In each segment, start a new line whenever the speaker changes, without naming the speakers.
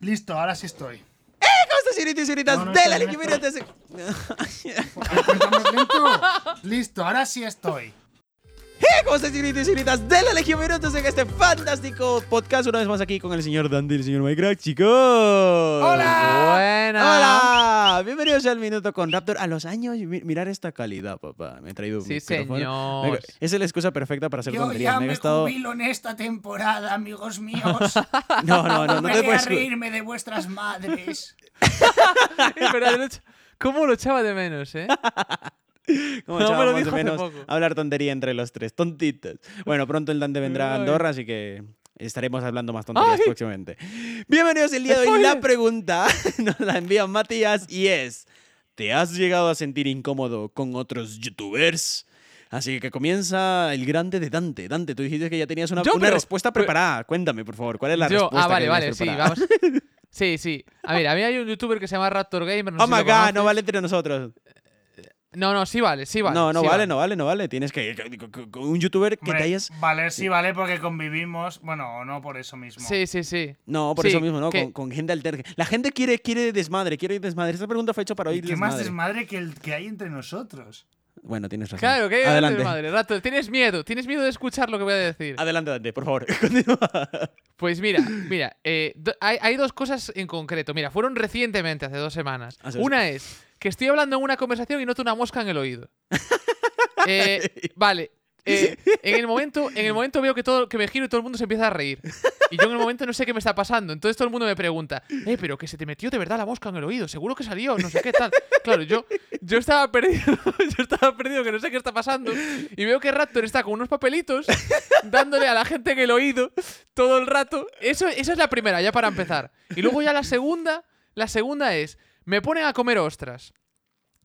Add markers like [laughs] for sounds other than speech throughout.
Listo, ahora sí [laughs] estoy.
¡Eh! ¿Cómo estás, señorita y señoritas?
No, no
de la
estoy
Liga
lento.
Mira, [laughs] te hace-
Cuenta más lento. Listo, ahora sí estoy.
¡Eh! ¿Cómo están, señoritas y señoritas? De la Legión Minutos en este fantástico podcast. Una vez más aquí con el señor Dandy y el señor Minecraft, chicos.
¡Hola!
Buena.
¡Hola! Bienvenidos al Minuto con Raptor. A los años, mi- mirar esta calidad, papá. Me he traído un
Sí,
micrófono.
señor.
Venga, Esa es la excusa perfecta para hacer
Yo
tonterías.
ya
Me ¿eh? he
me
gastado...
jubilo en esta temporada, amigos míos.
No, no, [laughs] no,
[laughs]
no
Volveré
te puedes...
a reírme de vuestras madres.
[laughs] Es verdad, lo ech- ¿Cómo lo echaba de menos, eh?
Como
No, me lo
echábamos de
dijo hace
menos
poco.
hablar tontería entre los tres, tontitas. Bueno, pronto el Dante vendrá a
Ay.
Andorra, así que estaremos hablando más tonterías
Ay.
próximamente. Bienvenidos el día de hoy. La
Spoiler.
pregunta [laughs] nos la envía Matías y es, ¿te has llegado a sentir incómodo con otros youtubers? Así que comienza el grande de Dante. Dante, tú dijiste que ya tenías una,
Yo,
una
pero-
respuesta
pero-
preparada. Cuéntame, por favor, ¿cuál es la
Yo-
respuesta?
ah, vale,
que
vale,
tenías
sí,
preparada?
vamos. Sí, sí. A ver, a mí hay un youtuber que se llama Raptor Gamer. No
Oh
sé si
my
lo
god, no
conoces.
vale entre nosotros.
No, no, sí vale, sí vale.
no, no
sí
vale, no vale, no vale. Tienes que. con- con- con un youtuber que
Hombre,
te hayas.
Vale, sí, vale, porque convivimos. Bueno, o no por eso mismo.
Sí, sí, sí.
No, por
Sí,
eso mismo, ¿no?
que-
Con, con gente alterna. La gente quiere, quiere desmadre, quiere desmadre. Esta pregunta fue hecha para
¿Y
oír
qué
desmadre.
más desmadre que el que hay entre nosotros?
Bueno, tienes razón.
Claro, que
Pues Adelante.
madre. Raptor, tienes miedo, tienes miedo de escuchar lo que voy a decir.
Adelante, Dante, por favor. Continúa.
Pues mira, mira, eh, do- hay, hay dos cosas en concreto. Mira, fueron recientemente, hace dos semanas.
Hace dos
Una es que estoy hablando en una conversación y noto una mosca en el oído. Eh, vale. eh, en, el momento, en el momento veo que todo que me giro y todo el mundo se empieza a reír. Y yo en el momento no sé qué me está pasando. Entonces todo el mundo me pregunta, eh, pero que se te metió de verdad la mosca en el oído, seguro que salió, no sé qué tal. Claro, yo, yo estaba perdido, [laughs] yo estaba perdido, que no sé qué está pasando. Y veo que Raptor está con unos papelitos dándole a la gente en el oído todo el rato. Eso, esa es la primera, ya para empezar. Y luego ya la segunda, la segunda es, me ponen a comer ostras.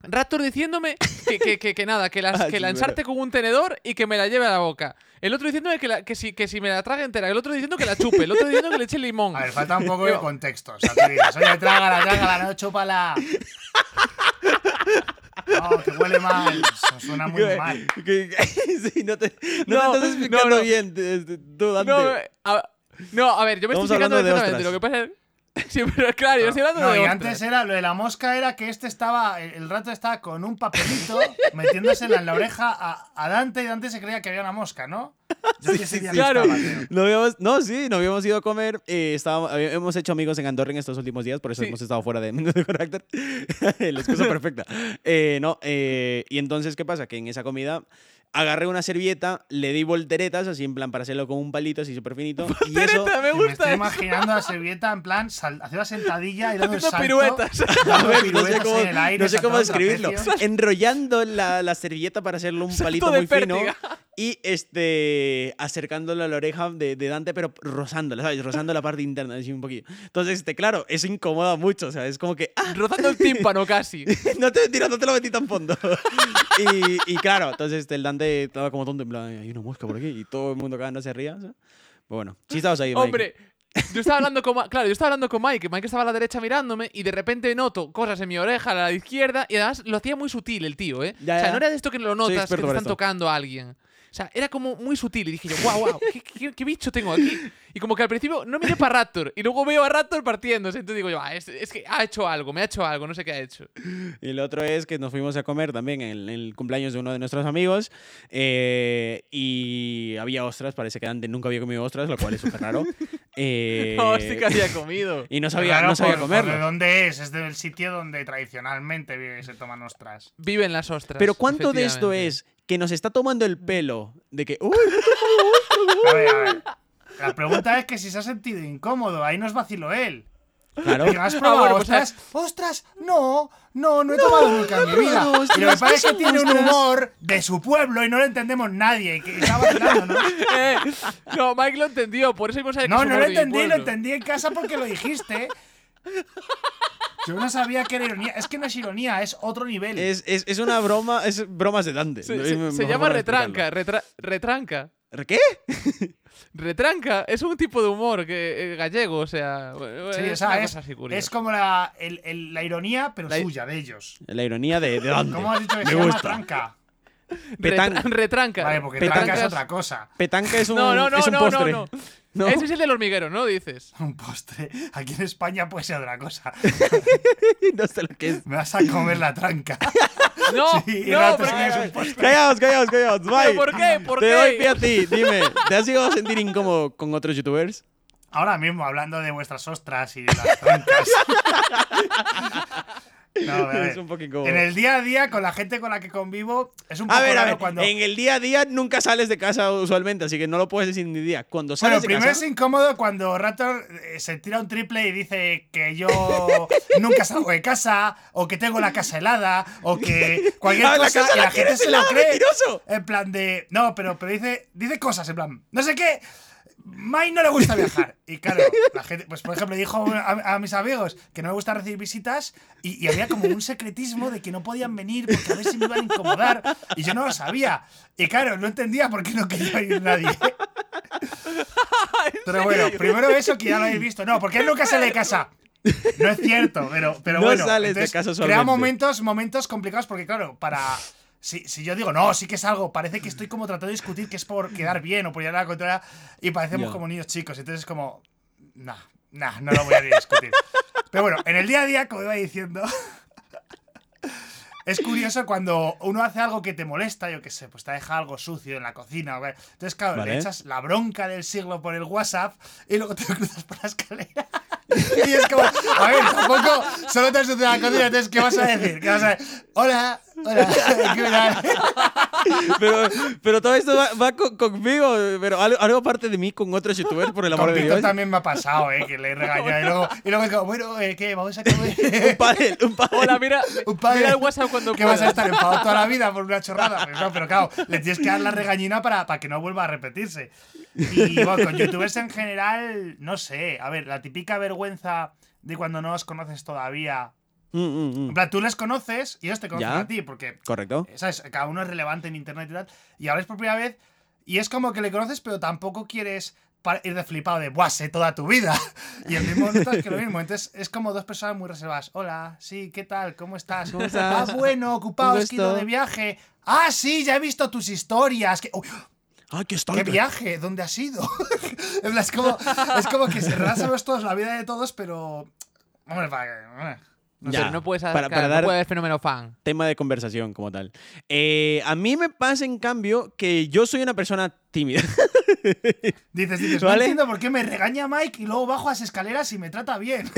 Raptor diciéndome que, que- que- que nada, que, las,
Ah, sí,
que la
es verdad.
ensarte con un tenedor y que me la lleve a la boca. El otro diciéndome que, la- que si, que si me la traga entera. El otro diciendo que la chupe. El otro diciendo que le eche limón.
A ver, falta un poco de contexto. O sea, tú dirás, oye, trágala, trágala, no
[laughs]
chúpala. No, que huele mal. Eso suena muy
eh,
mal.
Que- que- [laughs] sí, no te, no
No,
te estás
no,
explicando
no.
bien, te- te- tú, Dante.
No, eh, a, no, a ver, yo me
Estamos
estoy
hablando
explicando
de
perfectamente. Lo que pasa [laughs] es. Sí, pero claro, yo estoy hablando
Ah, No,
de.
y
ostras.
antes era lo de la mosca, era que este estaba, el, el rato estaba con un
[laughs]
papelito metiéndosela en la oreja a, a Dante y Dante se creía que había una mosca, ¿no? Yo que ese día no
claro.
estaba, creo.
[laughs] No, habíamos- no, sí, nos habíamos ido a comer. eh, estábamos, habi- hemos hecho amigos en Andorra en estos últimos días, por eso
Sí.
hemos estado fuera de [laughs] Mundo de Carácter. La excusa perfecta. Eh, no, eh, y entonces, ¿qué pasa? Que en esa comida agarré una servilleta, le di volteretas, así en plan para hacerlo con un palito, así súper finito. y eso,
Teresa, me
Me estoy
gusta. eso.
imaginando a Servieta en plan sal- haciendo la sentadilla y dando el
Haciendo
salto,
piruetas. [laughs]
dando
a ver, no sé
piruetas
cómo,
en el aire,
no sé cómo
saltando
describirlo.
trapecios.
Enrollando la, la servilleta para hacerle un
Salto
palito
de
muy fino.
pértiga.
Y este, acercándolo a la oreja de, de Dante, pero rozándola, ¿sabes? Rozando la parte interna, así un poquillo. Entonces, este, claro, eso incomoda mucho, o sea, es como que, ah,
Rozando el
[laughs]
tímpano casi.
no te mentira, no te lo metí tan fondo. [laughs] y, y claro, entonces este, el Dante estaba como tonto, en plan, hay una mosca por aquí, y todo el mundo acá no se ría, ¿sabes? Pero bueno, sí estabas ahí, Mike.
Hombre, yo estaba hablando con Ma- claro, yo estaba hablando con Mike, Mike estaba a la derecha mirándome y de repente noto cosas en mi oreja, a la izquierda y además lo hacía muy sutil el tío, ¿eh?
Ya,
o sea,
ya.
no era de esto que lo
Soy
notas que
experto
te
para
están
esto.
tocando a alguien. O sea, era como muy sutil y dije yo, wow, wow, ¿qué, qué- qué bicho tengo aquí? Y como que al principio no miré para Raptor y luego veo a Raptor partiéndose. Entonces digo yo, ah, es, es que ha hecho algo, me ha hecho algo, no sé qué ha hecho.
Y el otro es que nos fuimos a comer también en el, en el cumpleaños de uno de nuestros amigos eh, y había ostras, parece que Dante nunca había comido ostras, lo cual es súper
[laughs]
raro. Eh,
No, Oh, sí que había
[laughs]
comido.
y no sabía,
Claro,
no sabía
por- por ¿De
comerlo.
dónde es? Es del sitio donde tradicionalmente vive- se toman ostras.
[laughs] Viven las ostras.
Pero ¿cuánto de esto
efectivamente.
es que nos está tomando el pelo de que, uy,
A ver, a ver. La pregunta es que si se ha sentido incómodo, ahí nos vaciló él.
claro,
Que has probado
bueno, pues,
ostras. ostras, no, no, no he tomado nunca en mi vida. Y lo que pasa es que tiene un humor de su pueblo y no lo entendemos nadie. Que está vacilando, [laughs] ¿no?
Eh, no, Mike lo entendió, por eso íbamos a decir que
No,
es un
no lo
humor de mi
entendí, lo
pueblo.
entendí en casa porque lo dijiste. Yo no sabía que era ironía. Es que no es ironía, es otro nivel.
es, es, es una broma, es bromas de Dante.
Se,
No hay
se-
mejor
se
forma
llama
de
retranca,
explicarlo.
retra- retranca.
¿Qué?
Retranca es un tipo de humor que, eh, gallego, o sea, bueno,
Sí, o
es
sea,
una
es-
cosa así curiosa.
es como la, el- el- la ironía, pero
La i-
suya, de ellos.
La ironía de, de Dante.
¿Cómo has dicho
[laughs]
que
Me
se llama
gusta.
tranca?
Retra-
petanca.
retranca.
Vale, porque
Petanca
tranca es
es-
otra cosa.
Petanca es un,
No, no, no,
es un
no,
postre.
no, no.
¿no?
Ese es el del hormiguero, ¿no? Dices.
[laughs] Un postre. Aquí en España puede ser otra cosa.
[laughs] no sé lo que es.
Me vas a comer la tranca.
No,
Sí, y
no,
ratas
pero,
que es un postre.
[laughs] Callaos, callaos, callaos.
pero
Bye.
¿por qué? ¿Por
Te doy pie
qué?
[laughs]
a ti, dime. ¿Te has llegado a sentir incómodo con otros youtubers?
Ahora mismo, hablando de vuestras ostras y de las
[laughs]
trancas. No, a ver,
Es un poco incómodo.
en el día a día, con la gente con la que convivo, es un poco
A ver, a
raro
ver.
cuando.
En el día a día nunca sales de casa usualmente, así que no lo puedes decir ni día. Cuando
Bueno,
sales de
primero
casa.
es incómodo cuando Raptor eh, se tira un triple y dice que yo
[laughs]
nunca salgo de casa, o que tengo la casa helada, o que cualquier
Ah, la
cosa,
casa
y
la
la gente
tienes
se lo
helada,
cree. [laughs]
mentiroso.
En plan de. No, pero, pero dice, dice cosas, en plan. No sé qué. Mai no le gusta viajar. Y claro, la gente, pues por ejemplo, dijo a, a mis amigos que no me gusta recibir visitas y, y había como un secretismo de que no podían venir porque a ver si me iban a incomodar. Y yo no lo sabía. Y claro, no entendía por qué no quería ir
[laughs]
nadie. Pero bueno, primero eso que ya lo habéis visto. No, porque él nunca sale de casa. No es cierto, pero, pero
No
bueno.
sales de
entonces,
casa
Crea
usualmente.
momentos, momentos complicados porque, claro, para. Si, si yo digo, no, sí que es algo, parece que estoy como tratando de discutir que es por quedar bien o por llegar a la contraria y parecemos
Ya.
como niños chicos. Entonces es como, nah, nah, no lo voy a ni discutir. Pero bueno, en el día a día, como iba diciendo, [laughs] es curioso cuando uno hace algo que te molesta, yo qué sé, pues te deja algo sucio en la cocina. o qué- Entonces, claro,
Vale.
le echas la bronca del siglo por el WhatsApp y luego te [laughs] lo cruzas por la escalera. Y es como, a ver, tampoco solo te has sucio la cocina, entonces, ¿qué vas a decir? ¿Qué vas a decir? Hola, hola, [laughs] ¿qué tal?
Pero, pero todo esto va, va con- conmigo, pero algo, algo parte de mí con otros youtubers, por el amor
Con
de
Víctor
Dios.
también me ha pasado, ¿eh? Que le he regañado. Y luego, y luego es como, bueno, eh, ¿qué? Vamos a comer.
Un pádel, un pádel.
[laughs] Hola, mira,
[laughs] Un padre.
mira el WhatsApp cuando
que vas a
puedas.
estar enfadado toda la vida por una chorrada. Pues no, pero claro, le tienes que dar la regañina para, para que no vuelva a repetirse. Y bueno, con youtubers en general, no sé. A ver, la típica vergüenza de cuando no os conoces todavía.
[laughs] Mm, mm, mm.
En plan, tú les conoces y ellos te conocen
Ya.
a ti, porque
Correcto.
¿sabes? Cada uno es relevante en internet y tal. Y hablas por primera vez y es como que le conoces, pero tampoco quieres pa- ir de flipado de buah, sé toda tu vida. [laughs] Y el mismo notas que lo mismo. Entonces es como dos personas muy reservadas. Hola, sí, ¿qué tal? ¿Cómo estás?
¿Cómo estás?
Ah, bueno, ocupado,
Un
es que he ido
gusto.
de viaje. Ah, sí, ya he visto tus historias. Que, uy,
Ay, que
¿Qué viaje? ¿Dónde has ido? [laughs] es, como, es como que se sabes todos la vida de todos, pero. Hombre, eh, para. No
Ya.
sé.
Pero no puedes
Para-
acercar,
para dar-
no puede haber fenómeno fan.
tema de conversación como tal. Eh, a mí me pasa, en cambio, que yo soy una persona tímida.
Dices, dices, no
¿Vale?
entiendo por qué me regaña Mike y luego bajo las escaleras y me trata bien.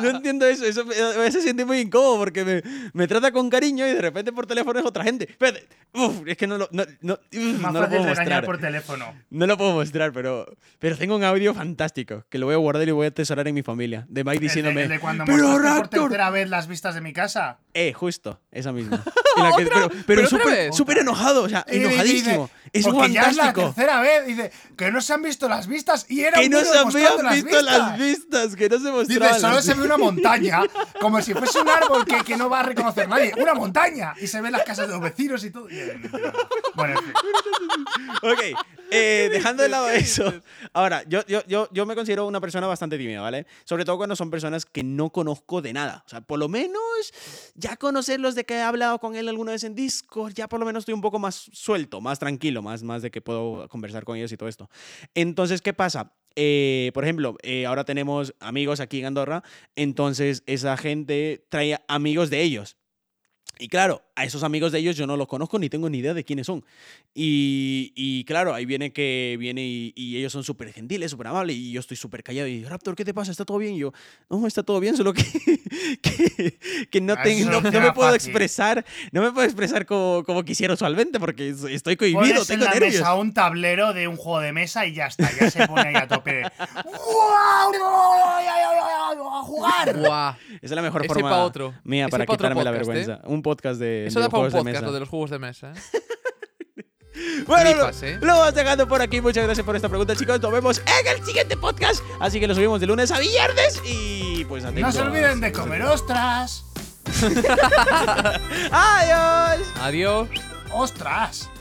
no entiendo eso. Eso me- a veces siente muy incómodo porque me, me trata con cariño y de repente por teléfono es otra gente. Espérate. Uf, es que no lo, no, no, uf,
Más
no lo
fácil
puedo
regañar
mostrar.
por teléfono.
No lo puedo mostrar, pero, pero tengo un audio fantástico que lo voy a guardar y voy a atesorar en mi familia. De Mike
El de-
diciéndome,
el de cuando
pero
mostraste por
Raptor,
tercera vez las vistas de mi casa.
Eh, justo,
[laughs]
esa misma. Y la que- pero
¿Pero
pero
otra
súper
vez?
súper enojado, o sea,
Y dice-
enojadísimo. Es
porque ya es la
fantástico.
tercera vez. Dice que no se han visto las vistas y era
Que
un
no
tío
se
mostrando
habían visto
vistas.
las vistas, que no se mostraban.
Dice, solo
las
se
vi-
ve una montaña, como si fuese un árbol que, que no va a reconocer nadie. Una montaña. Y se ven las casas de los vecinos y todo. Y- Bueno,
[laughs]
en fin.
Ok, eh, dejando de lado eso. Ahora, yo, yo, yo, yo me considero una persona bastante tímida, ¿vale? Sobre todo cuando son personas que no conozco de nada. O sea, por lo menos ya conocerlos de que he hablado con él alguna vez en Discord, ya por lo menos estoy un poco más suelto, más tranquilo, más, más de que puedo conversar con ellos y todo esto. Entonces, ¿qué pasa? Eh, por ejemplo, eh, ahora tenemos amigos aquí en Andorra, entonces esa gente trae amigos de ellos. Y claro, a esos amigos de ellos yo no los conozco ni tengo ni idea de quiénes son. Y, y claro, ahí viene que viene y, y ellos son súper gentiles, súper amables y yo estoy súper callado y Raptor, ¿qué te pasa? ¿Está todo bien? Y yo, no, está todo bien, solo que, [laughs] que, que no,
Ah,
te-
eso
no- no me
será
puedo
fácil.
expresar, no me puedo expresar como, como quisiera usualmente porque es- estoy cohibido,
Pones en
tengo
la
nervios.
mesa un tablero de un juego de mesa y ya está. Ya se pone ahí a tope. [laughs] ¡Guau! ¡A jugar!
Guau.
Esa es la mejor
Ese
forma
pa' otro.
mía
Ese
para
pa' otro
quitarme la
podcast, ¿eh?
vergüenza. Un podcast de
Eso da para un
videojuegos de
podcast,
mesa.
lo de los juegos de mesa. ¿eh?
Bueno,
Flipas,
lo,
¿eh?
lo vamos dejando por aquí. Muchas gracias por esta pregunta, chicos. Nos vemos en el siguiente podcast. Así que lo subimos de lunes a viernes. Y pues
No
atentos.
se olviden de comer ostras.
¡Adiós!
Adiós.
Ostras.